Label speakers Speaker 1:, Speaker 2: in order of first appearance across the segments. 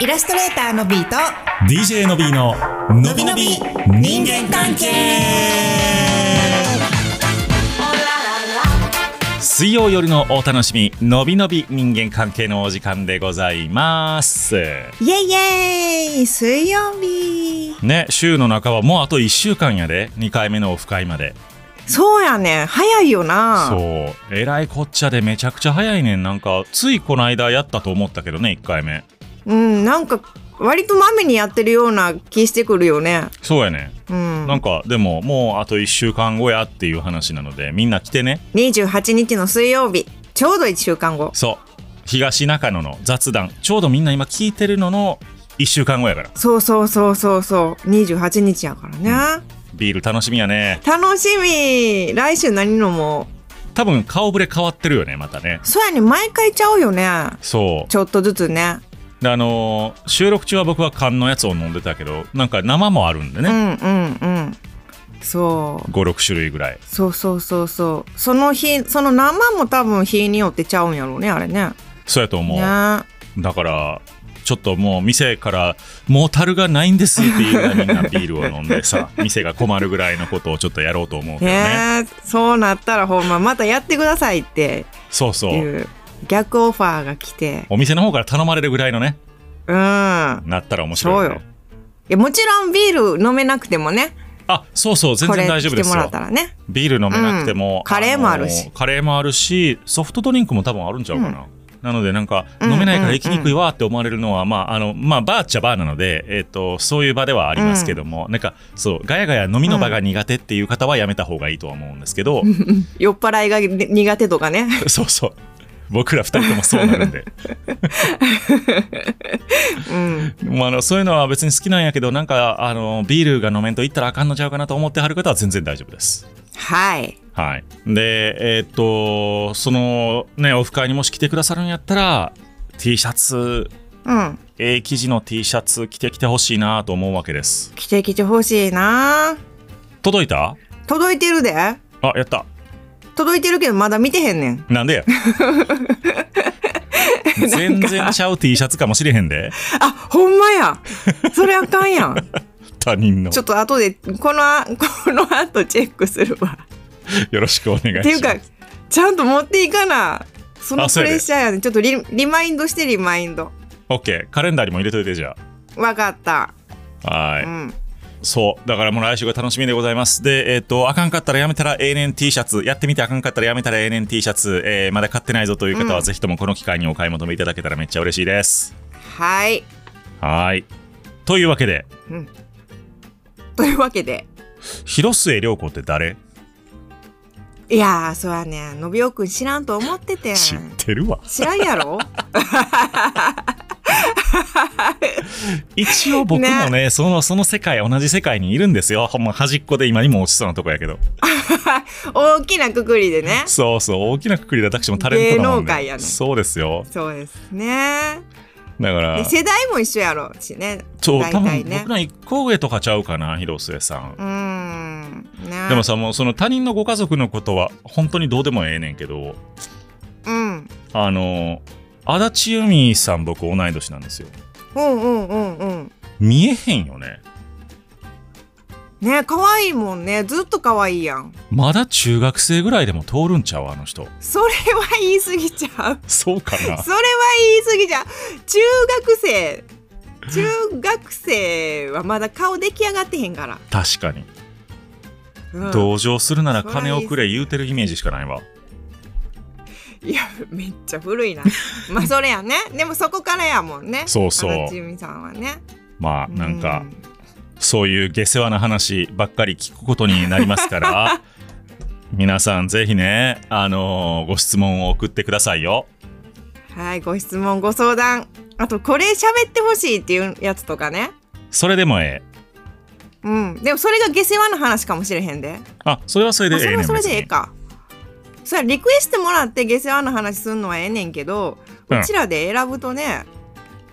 Speaker 1: イラストレーターのビーと
Speaker 2: DJ の B ののびのび人間関係水曜夜のお楽しみのびのび人間関係のお時間でございます
Speaker 1: イエイイエイ水曜日
Speaker 2: ね週の半ばもうあと1週間やで2回目のオフ会まで
Speaker 1: そうやね早いよな
Speaker 2: そうえらいこっちゃでめちゃくちゃ早いねんなんかついこの間やったと思ったけどね1回目
Speaker 1: うんなんか割とまめにやってるような気してくるよね
Speaker 2: そうやね
Speaker 1: うん
Speaker 2: なんかでももうあと1週間後やっていう話なのでみんな来てね
Speaker 1: 28日の水曜日ちょうど1週間後
Speaker 2: そう東中野の雑談ちょうどみんな今聞いてるのの1週間後やから
Speaker 1: そうそうそうそうそう28日やからね、
Speaker 2: ビール楽しみやね
Speaker 1: 楽しみ来週何飲も
Speaker 2: 多分顔ぶれ変わってるよねまたね
Speaker 1: うそうやね毎回ちゃうよね
Speaker 2: そ
Speaker 1: ちょっとずつね
Speaker 2: うであのー収録中は僕は缶のやつを飲んでたけどなんか生もあるんで
Speaker 1: う
Speaker 2: ね、
Speaker 1: んうんうんそう
Speaker 2: 56種類ぐらい
Speaker 1: そうそうそうそうその日その生も多分日によってちゃうんやろうねあれね
Speaker 2: そうやと思う、
Speaker 1: ね
Speaker 2: だからちょっともう店からもう樽がないんですっていうぐらいみんなビールを飲んで さ店が困るぐらいのことをちょっとやろうと思うけどね
Speaker 1: ねそうなったらほんままたやってくださいって
Speaker 2: そうそ
Speaker 1: いうう逆オファーが来て
Speaker 2: お店の方から頼まれるぐらいのね
Speaker 1: うんい
Speaker 2: なったら面白いね
Speaker 1: そうよやもちろんビール飲めなくてもね
Speaker 2: あそうそう全
Speaker 1: こ
Speaker 2: 然
Speaker 1: れ
Speaker 2: 大丈
Speaker 1: 来
Speaker 2: 夫
Speaker 1: て
Speaker 2: です
Speaker 1: もらっ
Speaker 2: よ
Speaker 1: たらね
Speaker 2: ビール飲めなくても、
Speaker 1: うんカレーもあるし
Speaker 2: のカレーもあるしソフトドリンクも多分あるんちゃうかな、なのでなんか
Speaker 1: うん
Speaker 2: 飲めないから行きにくいわって思われるのは、まああのまあバーっちゃバーなので、えっとそういう場ではありますけども、なんかそうガヤガヤ飲みの場が苦手っていう方はやめた方がいいとは思うんですけど、
Speaker 1: 酔っ払いがに苦手とかね
Speaker 2: そうそう僕ら二人ともそうなるんで
Speaker 1: うん
Speaker 2: もうあのそういうのは別に好きなんやけどなんかあのビールが飲めんと行ったらあかんのちゃうかなと思ってはる方は全然大丈夫です。
Speaker 1: はい
Speaker 2: はい、でえーっとそのねオフ会にもし来てくださるんやったら T シャツ
Speaker 1: うん
Speaker 2: えー生地の T シャツ着てきてほしいなと思うわけです
Speaker 1: 来て来てほしいな
Speaker 2: 届いた
Speaker 1: 届いてるで
Speaker 2: あやった
Speaker 1: 届いてるけどまだ見てへんねん
Speaker 2: なん でや全然ちゃう T シャツかもしれへんで
Speaker 1: あほん まやそれあかんやん
Speaker 2: 他人の
Speaker 1: ちょっと後でこのあこの後チェックするわ。
Speaker 2: よろしくお願いします
Speaker 1: っていうかちゃんと持っていかなその
Speaker 2: あ
Speaker 1: プ
Speaker 2: そうや
Speaker 1: レ
Speaker 2: で
Speaker 1: ッシャーやねちょっとリリマインドしてリマインド。
Speaker 2: OK カレンダーにも入れといてじゃ
Speaker 1: わかった。、
Speaker 2: あはいう
Speaker 1: ん。
Speaker 2: そうだからもう来週が楽しみでございますでえっ、とあかんかったらやめたら永年 T シャツやってみてあかんかったらやめたら永年 T シャツ、えーまだ買ってないぞという方は、
Speaker 1: うん
Speaker 2: ぜひともこの機会にお買い求めいただけたらめっちゃ嬉しいです
Speaker 1: はい。
Speaker 2: はーいというわけで
Speaker 1: というわけで
Speaker 2: 広末涼子って誰
Speaker 1: いやーそうやねのびおくん知らんと思っててん
Speaker 2: 知ってるわ
Speaker 1: 知らんや ろ
Speaker 2: 一応僕もねそのその世界同じ世界にいるんですよほんま端っこで今にも落ちそうなとこやけど
Speaker 1: 大きなくくりでね。
Speaker 2: そうそう大きなくくりで私もタレントなもんで
Speaker 1: 芸能界やね
Speaker 2: そうですよ
Speaker 1: そうですね。
Speaker 2: だから
Speaker 1: で世代も一緒やろうしね。
Speaker 2: そう
Speaker 1: 大
Speaker 2: 多分
Speaker 1: 体ね
Speaker 2: 僕。ら一個上とかちゃうかな広末さん
Speaker 1: うーん。ね。
Speaker 2: でもさもうその他人のご家族のことは本当にどうでもええねんけど
Speaker 1: うん。
Speaker 2: あの足立由美さん僕同い年なんですよ
Speaker 1: うんうんうんうん。
Speaker 2: 見えへんよね
Speaker 1: ね可愛いもんねずっと可愛いやん
Speaker 2: まだ中学生ぐらいでも通るんちゃうあの人
Speaker 1: それは言い過ぎちゃう
Speaker 2: そうか な
Speaker 1: それは言い過ぎちゃう中学生中学生はまだ顔出来上がってへんから、
Speaker 2: 確かに、
Speaker 1: うん
Speaker 2: 同情するなら
Speaker 1: そら
Speaker 2: 金をくれ言うてるイメージしかないわ
Speaker 1: いやめっちゃ古いな まあそれやねでもそこからやもんね
Speaker 2: そうそう
Speaker 1: 足立由美さんはね
Speaker 2: まあなんか
Speaker 1: う
Speaker 2: そういう下世話な話ばっかり聞くことになりますから 皆さんぜひねあのご質問を送ってくださいよ
Speaker 1: はいご質問ご相談あとこれ喋ってほしいっていうやつとかね
Speaker 2: それでもええ
Speaker 1: うんでもそれが下世話の話かもしれへんで
Speaker 2: あそれはそれで
Speaker 1: ま
Speaker 2: え
Speaker 1: あ、
Speaker 2: え
Speaker 1: そ
Speaker 2: ね
Speaker 1: れ
Speaker 2: ん
Speaker 1: はそれ
Speaker 2: 別
Speaker 1: で
Speaker 2: に
Speaker 1: ええか。それはリクエストもらって下世話の話すんのはええねんけど、う
Speaker 2: うん
Speaker 1: ちらで選ぶとね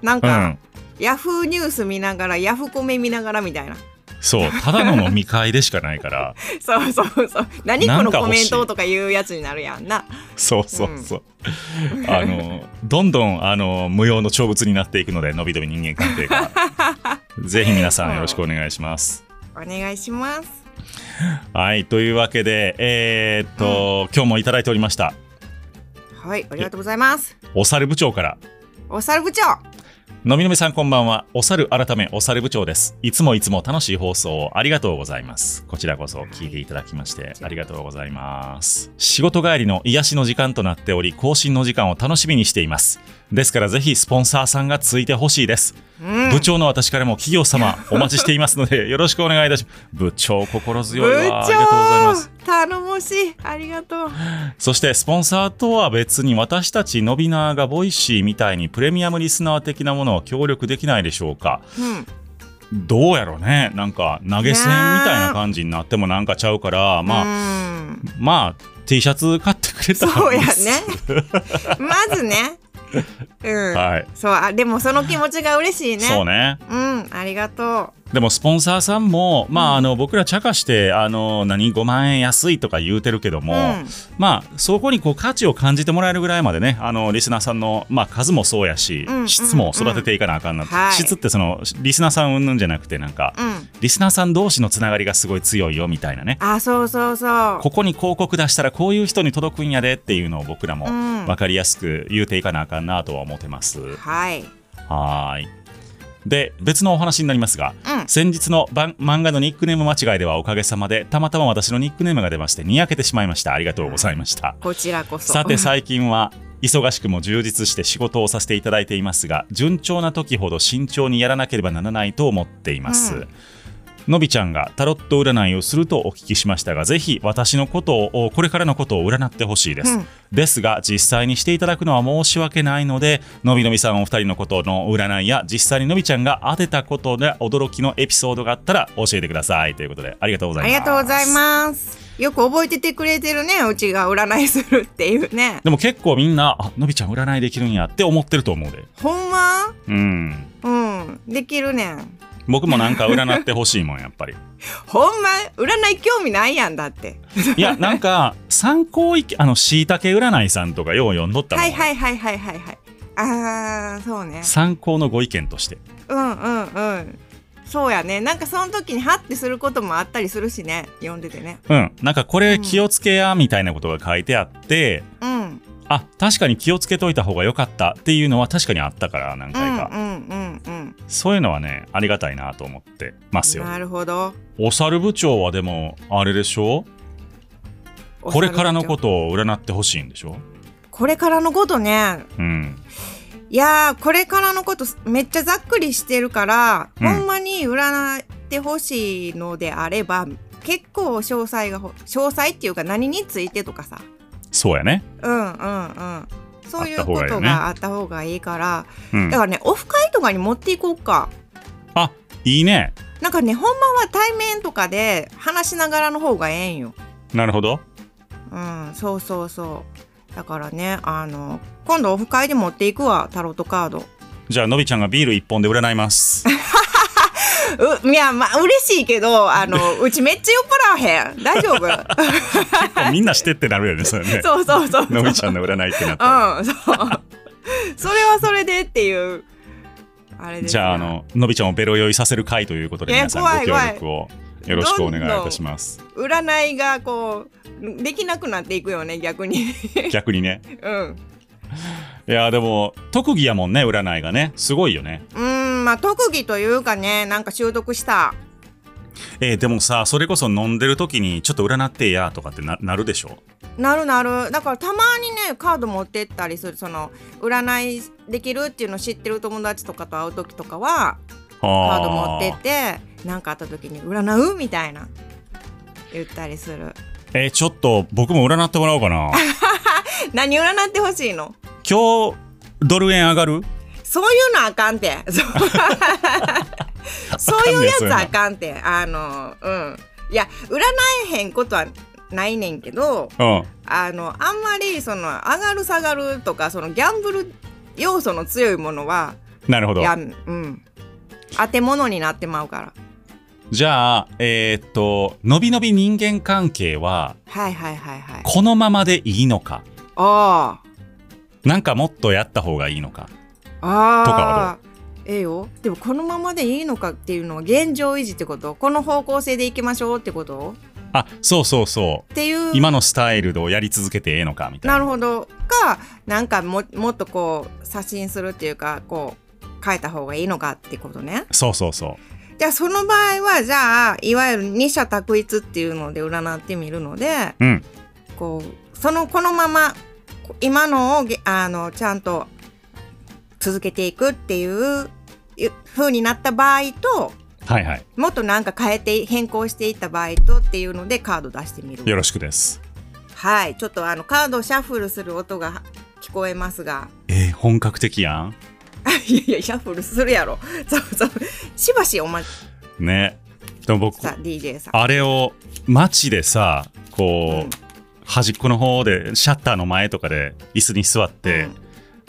Speaker 1: なん
Speaker 2: う
Speaker 1: か、
Speaker 2: ん
Speaker 1: ヤフーニュース見ながらヤフコメ見ながらみたいな
Speaker 2: そうただの飲み会でしかないから
Speaker 1: そうそうそう何
Speaker 2: な
Speaker 1: こ
Speaker 2: ん
Speaker 1: の
Speaker 2: か
Speaker 1: コ
Speaker 2: 欲しい
Speaker 1: メントとかいうやつになるやんな
Speaker 2: そうそうそう、あのどんどんあの無用の長物になっていくのでのびのび人間関係 がぜひ皆さんよろしくお願いします
Speaker 1: お願いします
Speaker 2: はいというわけでえーっと、今日もいただいておりました
Speaker 1: はいありがとうございます
Speaker 2: お猿部長から
Speaker 1: お猿部長
Speaker 2: のびのびさんこんばんはお猿改めお猿部長ですいつもいつも楽しい放送をありがとうございますこちらこそ聞いていただきましてありがとうございます仕事帰りの癒しの時間となっており更新の時間を楽しみにしていますですからぜひスポンサーさんがついてほしいです
Speaker 1: うん
Speaker 2: 部長の私からも企業 様お待ちしていますのでよろしくお願いいたします部長心
Speaker 1: 部
Speaker 2: 強いわありがとうございま
Speaker 1: 長
Speaker 2: す
Speaker 1: 頼もしいありがとう
Speaker 2: そしてスポンサーとは別に私たちのびなーがボイシーみたいにプレミアムリスナー的なものを協力できないでしょうか
Speaker 1: うん
Speaker 2: どうやろうねなんか投げ銭みたいな感じになってもなんかちゃうからまあ
Speaker 1: あ
Speaker 2: まあ T シャツ買ってくれた
Speaker 1: そう
Speaker 2: らい
Speaker 1: や
Speaker 2: いで
Speaker 1: ね
Speaker 2: す
Speaker 1: まずねうん、
Speaker 2: はい
Speaker 1: そうあでもその気持ちが嬉しいね
Speaker 2: そうね
Speaker 1: うんありがと
Speaker 2: でもスポンサーさんも、まあ、あの僕ら茶化してあの何5万円安いとか言うてるけども、
Speaker 1: うん
Speaker 2: まあ、そこにこう価値を感じてもらえるぐらいまでねあのリスナーさんの、まあ、数もそうやし、
Speaker 1: うん
Speaker 2: 質も育てていかなあかんな、
Speaker 1: うんはい
Speaker 2: 質ってそのリスナーさんうんぬんじゃなくてなんか、
Speaker 1: ううん
Speaker 2: リスナーさん同士のつながりがすごい強いよみたいなね
Speaker 1: あそうそうそう
Speaker 2: ここに広告出したらこういう人に届くんやでっていうのを僕らも
Speaker 1: うん
Speaker 2: 分かりやすく言うていかなあかんなとは思ってます。
Speaker 1: はいうん
Speaker 2: はーい。で、別のお話になりますが、先日の番漫画のニックネーム間違いではおかげさまで、たまたま私のニックネームが出まして、にやけてしまいました。ありがとうございました。
Speaker 1: こちらこそ
Speaker 2: さて、最近は、忙しくも充実して仕事をさせていただいていますが、順調な時ほど慎重にやらなければならないと思っています。
Speaker 1: うん
Speaker 2: のびちゃんがタロット占いをするとお聞きしましたがぜひ私のことをこれからのことを占ってほしいです、
Speaker 1: うん
Speaker 2: ですが実際にしていただくのは申し訳ないのでのびのびさんお二人のことの占いや実際にのびちゃんが当てたことで驚きのエピソードがあったら教えてくださいということでありがとうござい
Speaker 1: あ
Speaker 2: ま
Speaker 1: り
Speaker 2: す
Speaker 1: がとうございますよく覚えててくれてるねうちが占いするっていうね
Speaker 2: でも結構みんなあのびちゃん占いできるんやって思ってると思うで
Speaker 1: ほんま
Speaker 2: うん
Speaker 1: うんできるねん
Speaker 2: 僕もなんか占ってほしいもんやっぱり
Speaker 1: ほんま占い興味ないやんだって
Speaker 2: いやなんか参考意見あのしいたけ占いさんとかよう読んどったもん
Speaker 1: はいはいはいはいはいはいあーそうね
Speaker 2: 参考のご意見として
Speaker 1: うんうんうんそうやねなんかその時にハッてすることもあったりするしね読んでてね
Speaker 2: うん、なんかこれ気をつけやみたいなことが書いてあって、
Speaker 1: うんうん
Speaker 2: あ確かに気をつけといた方が良かったっていうのは確かにあったから何
Speaker 1: う
Speaker 2: 回
Speaker 1: ん
Speaker 2: か、
Speaker 1: うんうん
Speaker 2: そういうのはねありがたいなと思ってますよ
Speaker 1: なるほど
Speaker 2: お猿部長はでもあれでしょこれからのこととを占ってほしいんでしょ
Speaker 1: これからのことね
Speaker 2: うん
Speaker 1: いやーこれからのことめっちゃざっくりしてるから、
Speaker 2: うん
Speaker 1: ほんまに占ってほしいのであれば結構詳細がほ詳細っていうか何についてとかさ
Speaker 2: そうやね
Speaker 1: うんうんうんそういう
Speaker 2: あった方
Speaker 1: こ
Speaker 2: がいいよ
Speaker 1: と
Speaker 2: ね
Speaker 1: があった方がいいから
Speaker 2: うん
Speaker 1: だからねオフ会とかに持っていこうか
Speaker 2: あいいね
Speaker 1: なんかねほんまは対面とかで話しながらの方がええんよ
Speaker 2: なるほど
Speaker 1: うんそうそうそうだからねあの今度オフ会で持っていくわタロットカード
Speaker 2: じゃあのびちゃんがビール一本で占います
Speaker 1: ういやまあ嬉しいけどあ のうちめっちゃ酔っ払わへん大丈夫
Speaker 2: みんなしてってなるよねそれね
Speaker 1: そうそうそうそう
Speaker 2: のびちゃんの占いってな ったら
Speaker 1: うんそうそれはそれでっていうあれですね
Speaker 2: じゃああののびちゃんをベロ酔いさせる会ということで
Speaker 1: え
Speaker 2: 皆さん
Speaker 1: 怖
Speaker 2: ご
Speaker 1: い
Speaker 2: 協力をよろしくお願いいたします
Speaker 1: 占いがこうできなくなっていくよね逆に
Speaker 2: 逆にね
Speaker 1: うん
Speaker 2: いやでも特技やもんね占いがねすごいよね
Speaker 1: うんまあ特技というかねなんか習得した
Speaker 2: えーでもさそれこそ飲んでる時にちょっと占ってやとかってななるでしょ
Speaker 1: なるなるだからたまにねカード持ってったりするその占いできるっていうのを知ってる友達とかと会う時とかはカード持ってって何かあった時に「占う?」みたいな言ったりする
Speaker 2: えーちょっと僕も占ってもらおうか な
Speaker 1: 何占ってほしいの
Speaker 2: 今日ドル円上がる
Speaker 1: そういうのあかんて そうそういうやつあかんてあのうんいや占えへんことはないねんけど
Speaker 2: うん
Speaker 1: あのあんまりその上がる下がるとかそのギャンブル要素の強いものは
Speaker 2: なるほど
Speaker 1: いやうん当て物になってまうから
Speaker 2: じゃあ、えーっと、のびのび人間関係は、
Speaker 1: はいはいはいはい
Speaker 2: このままでいいのか、
Speaker 1: あー
Speaker 2: なんかもっとやった方がいいのか。とかは
Speaker 1: あーええよでもこのままでいいのかっていうのは現状維持ってことこの方向性でいきましょうってこと
Speaker 2: あ、そうそうそう。
Speaker 1: っていう
Speaker 2: 今のスタイルをやり続けてええのか、みたいな。
Speaker 1: なるほどかなんかももっとこう刷新するっていうかこう変えた方がいいのかってことね
Speaker 2: そうそうそ
Speaker 1: じゃあその場合はじゃあいわゆる二者択一っていうので占ってみるので
Speaker 2: う。うん。
Speaker 1: こうそのこのままこ今のをげあのちゃんと続けていくっていういう風になった場合と
Speaker 2: はいはい。
Speaker 1: もっとなんか変えて変更していった場合とっていうのでカード出してみる
Speaker 2: よろしくです。
Speaker 1: はいちょっとあのカードをシャッフルする音が聞こえますが
Speaker 2: えー、本格的やん。
Speaker 1: あいやいやシャッフルするやろそうそうしばしお待ち
Speaker 2: ね。でも僕、
Speaker 1: さ DJ さん
Speaker 2: あれを街でさ、こう、
Speaker 1: うん
Speaker 2: 端っこの方で、シャッターの前とかで椅子に座って、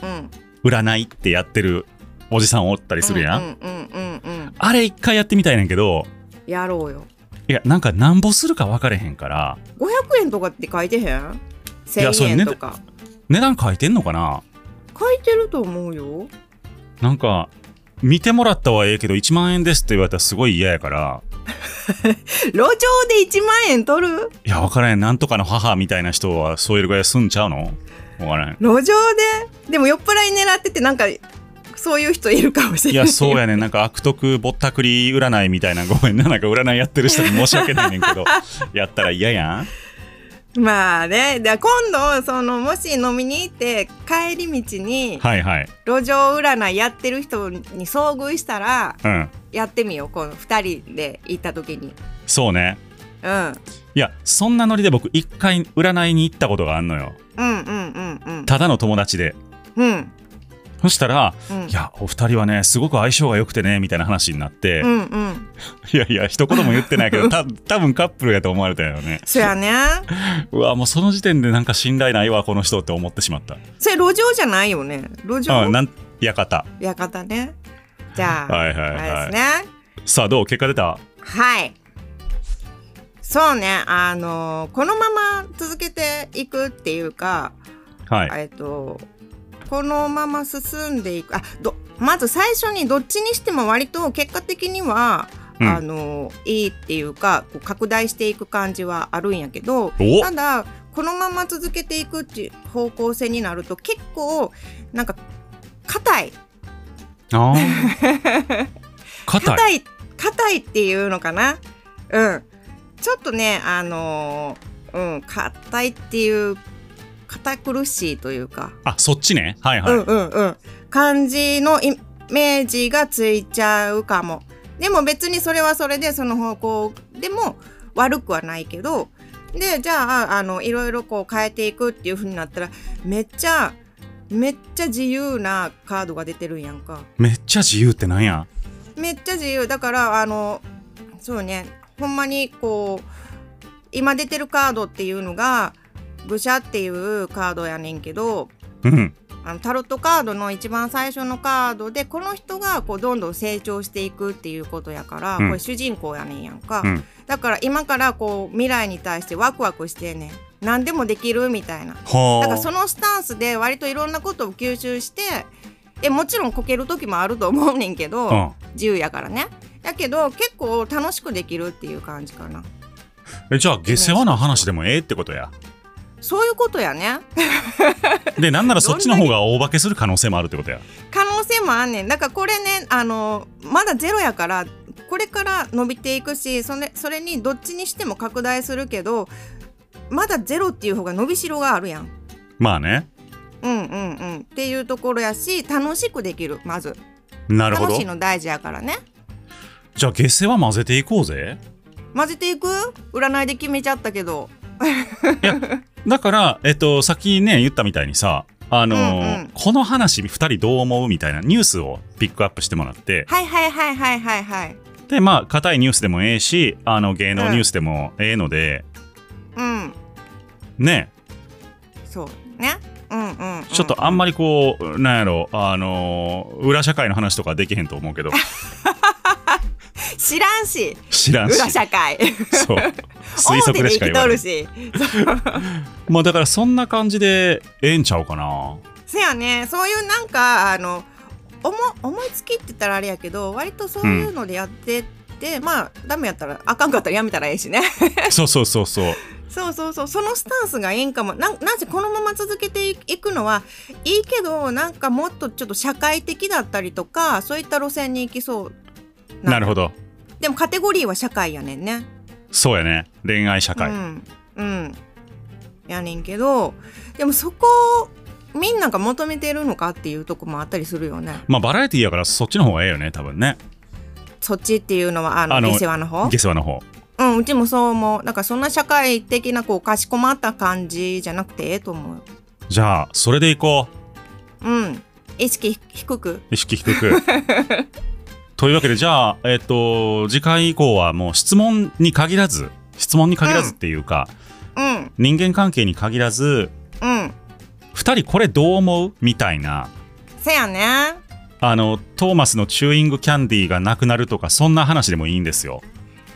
Speaker 1: うんうん
Speaker 2: 占いってやってるおじさんおったりするやん。
Speaker 1: うんうんうんうんうん
Speaker 2: あれ一回やってみたいねんけど、
Speaker 1: やろうよ
Speaker 2: いや、なんかなんぼするか分かれへんから、
Speaker 1: 500円とかって書いてへん
Speaker 2: いやそ
Speaker 1: 1000
Speaker 2: れ
Speaker 1: 円
Speaker 2: ね
Speaker 1: とか、
Speaker 2: 値段書いてんのかな
Speaker 1: 書いてると思うよ
Speaker 2: なんか、見てもらったはええけど、1万円ですって言われたらすごい嫌やから、
Speaker 1: 路上で1万円取る
Speaker 2: いや、分からへん、なんとかの母みたいな人は、そういうぐらいすんちゃうの分からへん。
Speaker 1: 路上ででも酔っ払い狙っててなんかそういう人いるかもし
Speaker 2: い
Speaker 1: れない
Speaker 2: や、そうやねん、なんか悪徳ぼったくり占いみたいな、ごめんな、なんか占いやってる人に申し訳ないねんけど、やったら嫌やん。
Speaker 1: まあねだ今度そのもし飲みに行って帰り道に
Speaker 2: はいはい。
Speaker 1: 路上占いやってる人に遭遇したら
Speaker 2: うん。
Speaker 1: やってみようこの2人で行った時に
Speaker 2: そうね。
Speaker 1: うんうん
Speaker 2: いや、そんなノリで僕、一回占いに行ったことがあんのよ。
Speaker 1: うんうんうん
Speaker 2: ただの友達で。
Speaker 1: うん
Speaker 2: そしたら、
Speaker 1: うん
Speaker 2: いや、お二人はね、すごく相性が良くてね、みたいな話になって、
Speaker 1: うんうん
Speaker 2: いやいや、一言も言ってないけ ど、た多分カップルやと思われたよね。
Speaker 1: そやね
Speaker 2: うわ、もうその時点でなんか信頼ないわ、この人って思ってしまった。
Speaker 1: それ路上じゃないよね路
Speaker 2: あ
Speaker 1: 上
Speaker 2: なん、館。
Speaker 1: 館ねじゃあ、
Speaker 2: はいはいはい
Speaker 1: あれですね
Speaker 2: さあ、どう結果出た
Speaker 1: はい。そうね、あのこのまま続けていくっていうか、
Speaker 2: はい。
Speaker 1: えっとこのまま進んでいくあどまず最初にどっちにしても割と結果的には、
Speaker 2: うん
Speaker 1: あのいいっていうかこう拡大していく感じはあるんやけど
Speaker 2: お
Speaker 1: ただこのまま続けていくっていう方向性になると結構なんか硬い
Speaker 2: あー 硬い。
Speaker 1: 硬い硬いっていうのかなうんちょっとねあのーうん硬いっていう堅苦しいというか、
Speaker 2: あ、そっちね。はいはい。
Speaker 1: うんうんうん感じのイメージがついちゃうかもでも別にそれはそれでその方向でも悪くはないけどでじゃああのいろいろこう変えていくっていう風になったらめっちゃめっちゃ自由なカードが出てるんやんか。
Speaker 2: めっちゃ自由ってなんや
Speaker 1: めっちゃ自由だからあのそうねほんまにこう今出てるカードっていうのが武者っていうカードやねんけど
Speaker 2: うん。
Speaker 1: あのタロットカードの一番最初のカードでこの人がこうどんどん成長していくっていうことやから、
Speaker 2: うん
Speaker 1: これ主人公やねんやんか、
Speaker 2: うん
Speaker 1: だから今からこう未来に対してワクワクしてんねん何でもできるみたいな
Speaker 2: は
Speaker 1: だからそ
Speaker 2: あ。
Speaker 1: のスタンスで割といろんなことを吸収してえもちろんこける時もあると思うねんけど、
Speaker 2: うん
Speaker 1: 自由やからねだけど結構楽しくできるっていう感じかな
Speaker 2: えじゃあ下世話な話でもええってことや
Speaker 1: そういうことやね
Speaker 2: でなんならそっちの方が大化けする可能性もあるってことや
Speaker 1: 可能性もあんねんだからこれねあのまだゼロやからこれから伸びていくしそれそれにどっちにしても拡大するけどまだゼロっていう方が伸びしろがあるやん
Speaker 2: まあね
Speaker 1: うんうんうんっていうところやし楽しくできるまず
Speaker 2: なるほ
Speaker 1: 楽
Speaker 2: ど
Speaker 1: しいの大事やからね
Speaker 2: じゃあ下世話混ぜていこうぜ
Speaker 1: 混ぜていく占いで決めちゃったけど
Speaker 2: だからえっと先ね言ったみたいにさあのー
Speaker 1: うんうん
Speaker 2: この話2人どう思うみたいなニュースをピックアップしてもらって
Speaker 1: はいはいはいはいはいはい
Speaker 2: でまあ硬いニュースでもええしあの芸能ニュースでもええので、
Speaker 1: うん
Speaker 2: ね
Speaker 1: そうねうんうん、うん、
Speaker 2: ちょっとあんまりこう なんやろあのー裏社会の話とかできへんと思うけど
Speaker 1: 知らんし
Speaker 2: 知らんし
Speaker 1: 裏社会
Speaker 2: そう推測でしか言 わない
Speaker 1: 表で生きとるし
Speaker 2: まあだからそんな感じでええんちゃうかな
Speaker 1: せやねそういうなんかあの思思いつきって言ったらあれやけど割とそういうのでやってって、まあダメやったらあかんかったらやめたらええしね
Speaker 2: そうそうそうそう
Speaker 1: そうそうそうそのスタンスがいいんかもなんなんせこのまま続けていくのはいいけどなんかもっとちょっと社会的だったりとかそういった路線に行きそう
Speaker 2: なるほど
Speaker 1: でもカテゴリーは社会やねんね
Speaker 2: そうやね恋愛社会、
Speaker 1: うん、うん、やねんけどでもそこをみんなが求めてるのかっていうとこもあったりするよね
Speaker 2: まあバラエティやからそっちの方がええよね多分ね
Speaker 1: そっちっていうのはあの
Speaker 2: あの
Speaker 1: 下世話の方
Speaker 2: 下世話の方
Speaker 1: うんうちもそう思うなんかそんな社会的なこうかしこまった感じじゃなくてええと思う
Speaker 2: じゃあそれでいこ
Speaker 1: うん意識低く
Speaker 2: う意識低 くというわけでじゃあえっ、と次回以降はもう質問に限らず質問に限らずっていうか、
Speaker 1: うん
Speaker 2: 人間関係に限らず
Speaker 1: うん
Speaker 2: 2人これどう思うみたいな
Speaker 1: せやね
Speaker 2: あのトーマスのチューイングキャンディーがなくなるとかそんな話でもいいんですよ、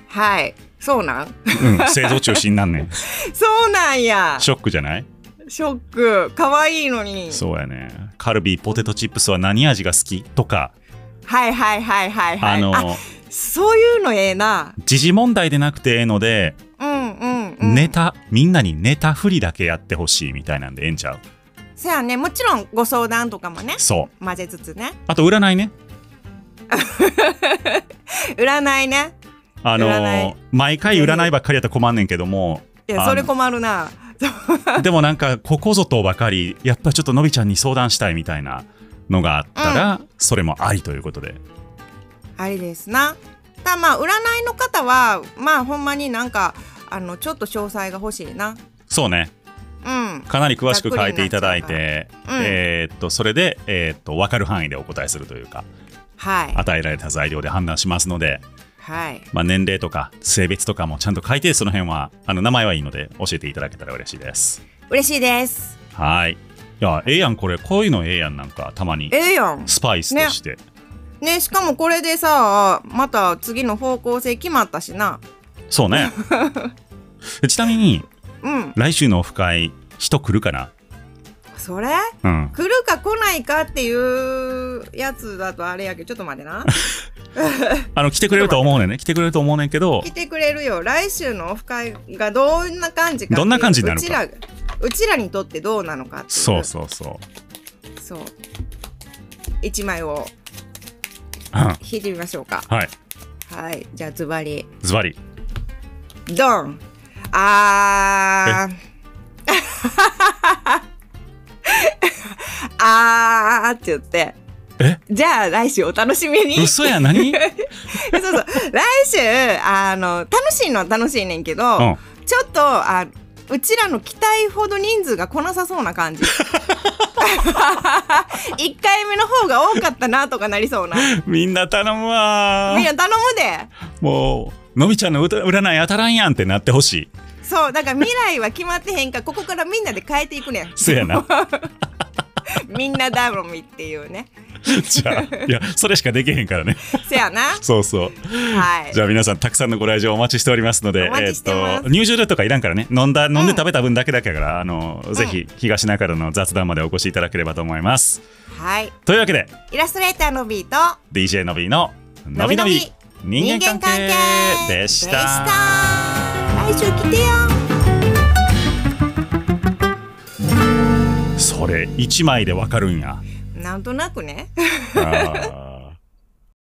Speaker 1: はいそうなん
Speaker 2: うん、製造中止になんねん
Speaker 1: そうなんや
Speaker 2: ショックじゃない
Speaker 1: ショック可愛いのに
Speaker 2: そうやねカルビーポテトチップスは何味が好きとか、
Speaker 1: はいはいはいはいは
Speaker 2: あ
Speaker 1: い
Speaker 2: の
Speaker 1: そういうのええな
Speaker 2: 時事問題でなくてええので、
Speaker 1: うんうん、うん、
Speaker 2: ネタみんなにネタ振りだけやってほしいみたいなんでええんちゃう
Speaker 1: そやねもちろんご相談とかもね
Speaker 2: そう
Speaker 1: 混ぜつつね
Speaker 2: あと占いね
Speaker 1: 占いね
Speaker 2: あの
Speaker 1: 占い
Speaker 2: 毎回占いばっかりやったら困んねんけども
Speaker 1: い
Speaker 2: あ
Speaker 1: や
Speaker 2: の
Speaker 1: それ困るな
Speaker 2: でもなんかここぞとばかりやっぱちょっとのびちゃんに相談したいみたいなのがあったら、それもありということで
Speaker 1: あれですなただまあ占いの方はまあほんまになんかあのちょっと詳細が欲しいな
Speaker 2: そうね
Speaker 1: うん
Speaker 2: かなり詳しく書いていただい
Speaker 1: ざっく
Speaker 2: て、
Speaker 1: なっちゃうからうん
Speaker 2: えーっとそれで、えーっと分かる範囲でお答えするというか
Speaker 1: はい
Speaker 2: 与えられた材料で判断しますので、
Speaker 1: はい
Speaker 2: まあ、年齢とか性別とかもちゃんと書いてその辺はあの名前はいいので教えていただけたら嬉しいです
Speaker 1: 嬉しいです
Speaker 2: はいいやええやんこれこういうのええやんなんかたまに
Speaker 1: ええやん
Speaker 2: スパイスとして、
Speaker 1: ねしかもこれでさまた次の方向性決まったしな
Speaker 2: そう ねちなみに
Speaker 1: うん
Speaker 2: 来週のオフ会人来るかな
Speaker 1: それ
Speaker 2: うん
Speaker 1: 来るか来ないかっていうやつだとあれやけどちょっと待ってな
Speaker 2: あの来てくれると思うねんね来てくれると思うねんけど
Speaker 1: 来てくれるよ来週のオフ会がどんな感じかっていう
Speaker 2: どんな感じになるか
Speaker 1: うちらがうちらにとってどうなのかっていう
Speaker 2: そうそうそう
Speaker 1: そう一枚を
Speaker 2: うんは
Speaker 1: 引いてみましょうか
Speaker 2: い
Speaker 1: はいじゃあズバリ
Speaker 2: ズバリ
Speaker 1: ドンあー あーって言って
Speaker 2: え
Speaker 1: じゃあ来週お楽しみにそう
Speaker 2: 嘘や何うん
Speaker 1: そう来週あの楽しいのは楽しいねんけど、ちょっとあうちらの期待ほど人数が来なさそうな感じ 一回目の方が多かったなとかなりそうな
Speaker 2: みんな頼むわ
Speaker 1: みんな頼むで
Speaker 2: もうのびちゃんの歌占い当たらんやんってなってほしい
Speaker 1: そうだから未来は決まってへんからここからみんなで変えていくねん
Speaker 2: そや な
Speaker 1: みんなだろみっていう ね
Speaker 2: じゃあいやそれしかできへんからね
Speaker 1: せやな
Speaker 2: そうそう
Speaker 1: はい
Speaker 2: じゃあ皆さんたくさんのご来場お待ちしておりますので
Speaker 1: お待ちしてま
Speaker 2: え
Speaker 1: す
Speaker 2: っと入場料とかいらんからね飲んだ飲んで
Speaker 1: うん
Speaker 2: 食べた分だけだから、あのぜひ東中野の雑談までお越しいただければと思います
Speaker 1: はい
Speaker 2: というわけで
Speaker 1: イラストレーターのビーと
Speaker 2: DJ のびののびのび人間関係でした
Speaker 1: でした来週来てよ
Speaker 2: それ1枚でわかるんや
Speaker 1: なんとなくね
Speaker 2: あー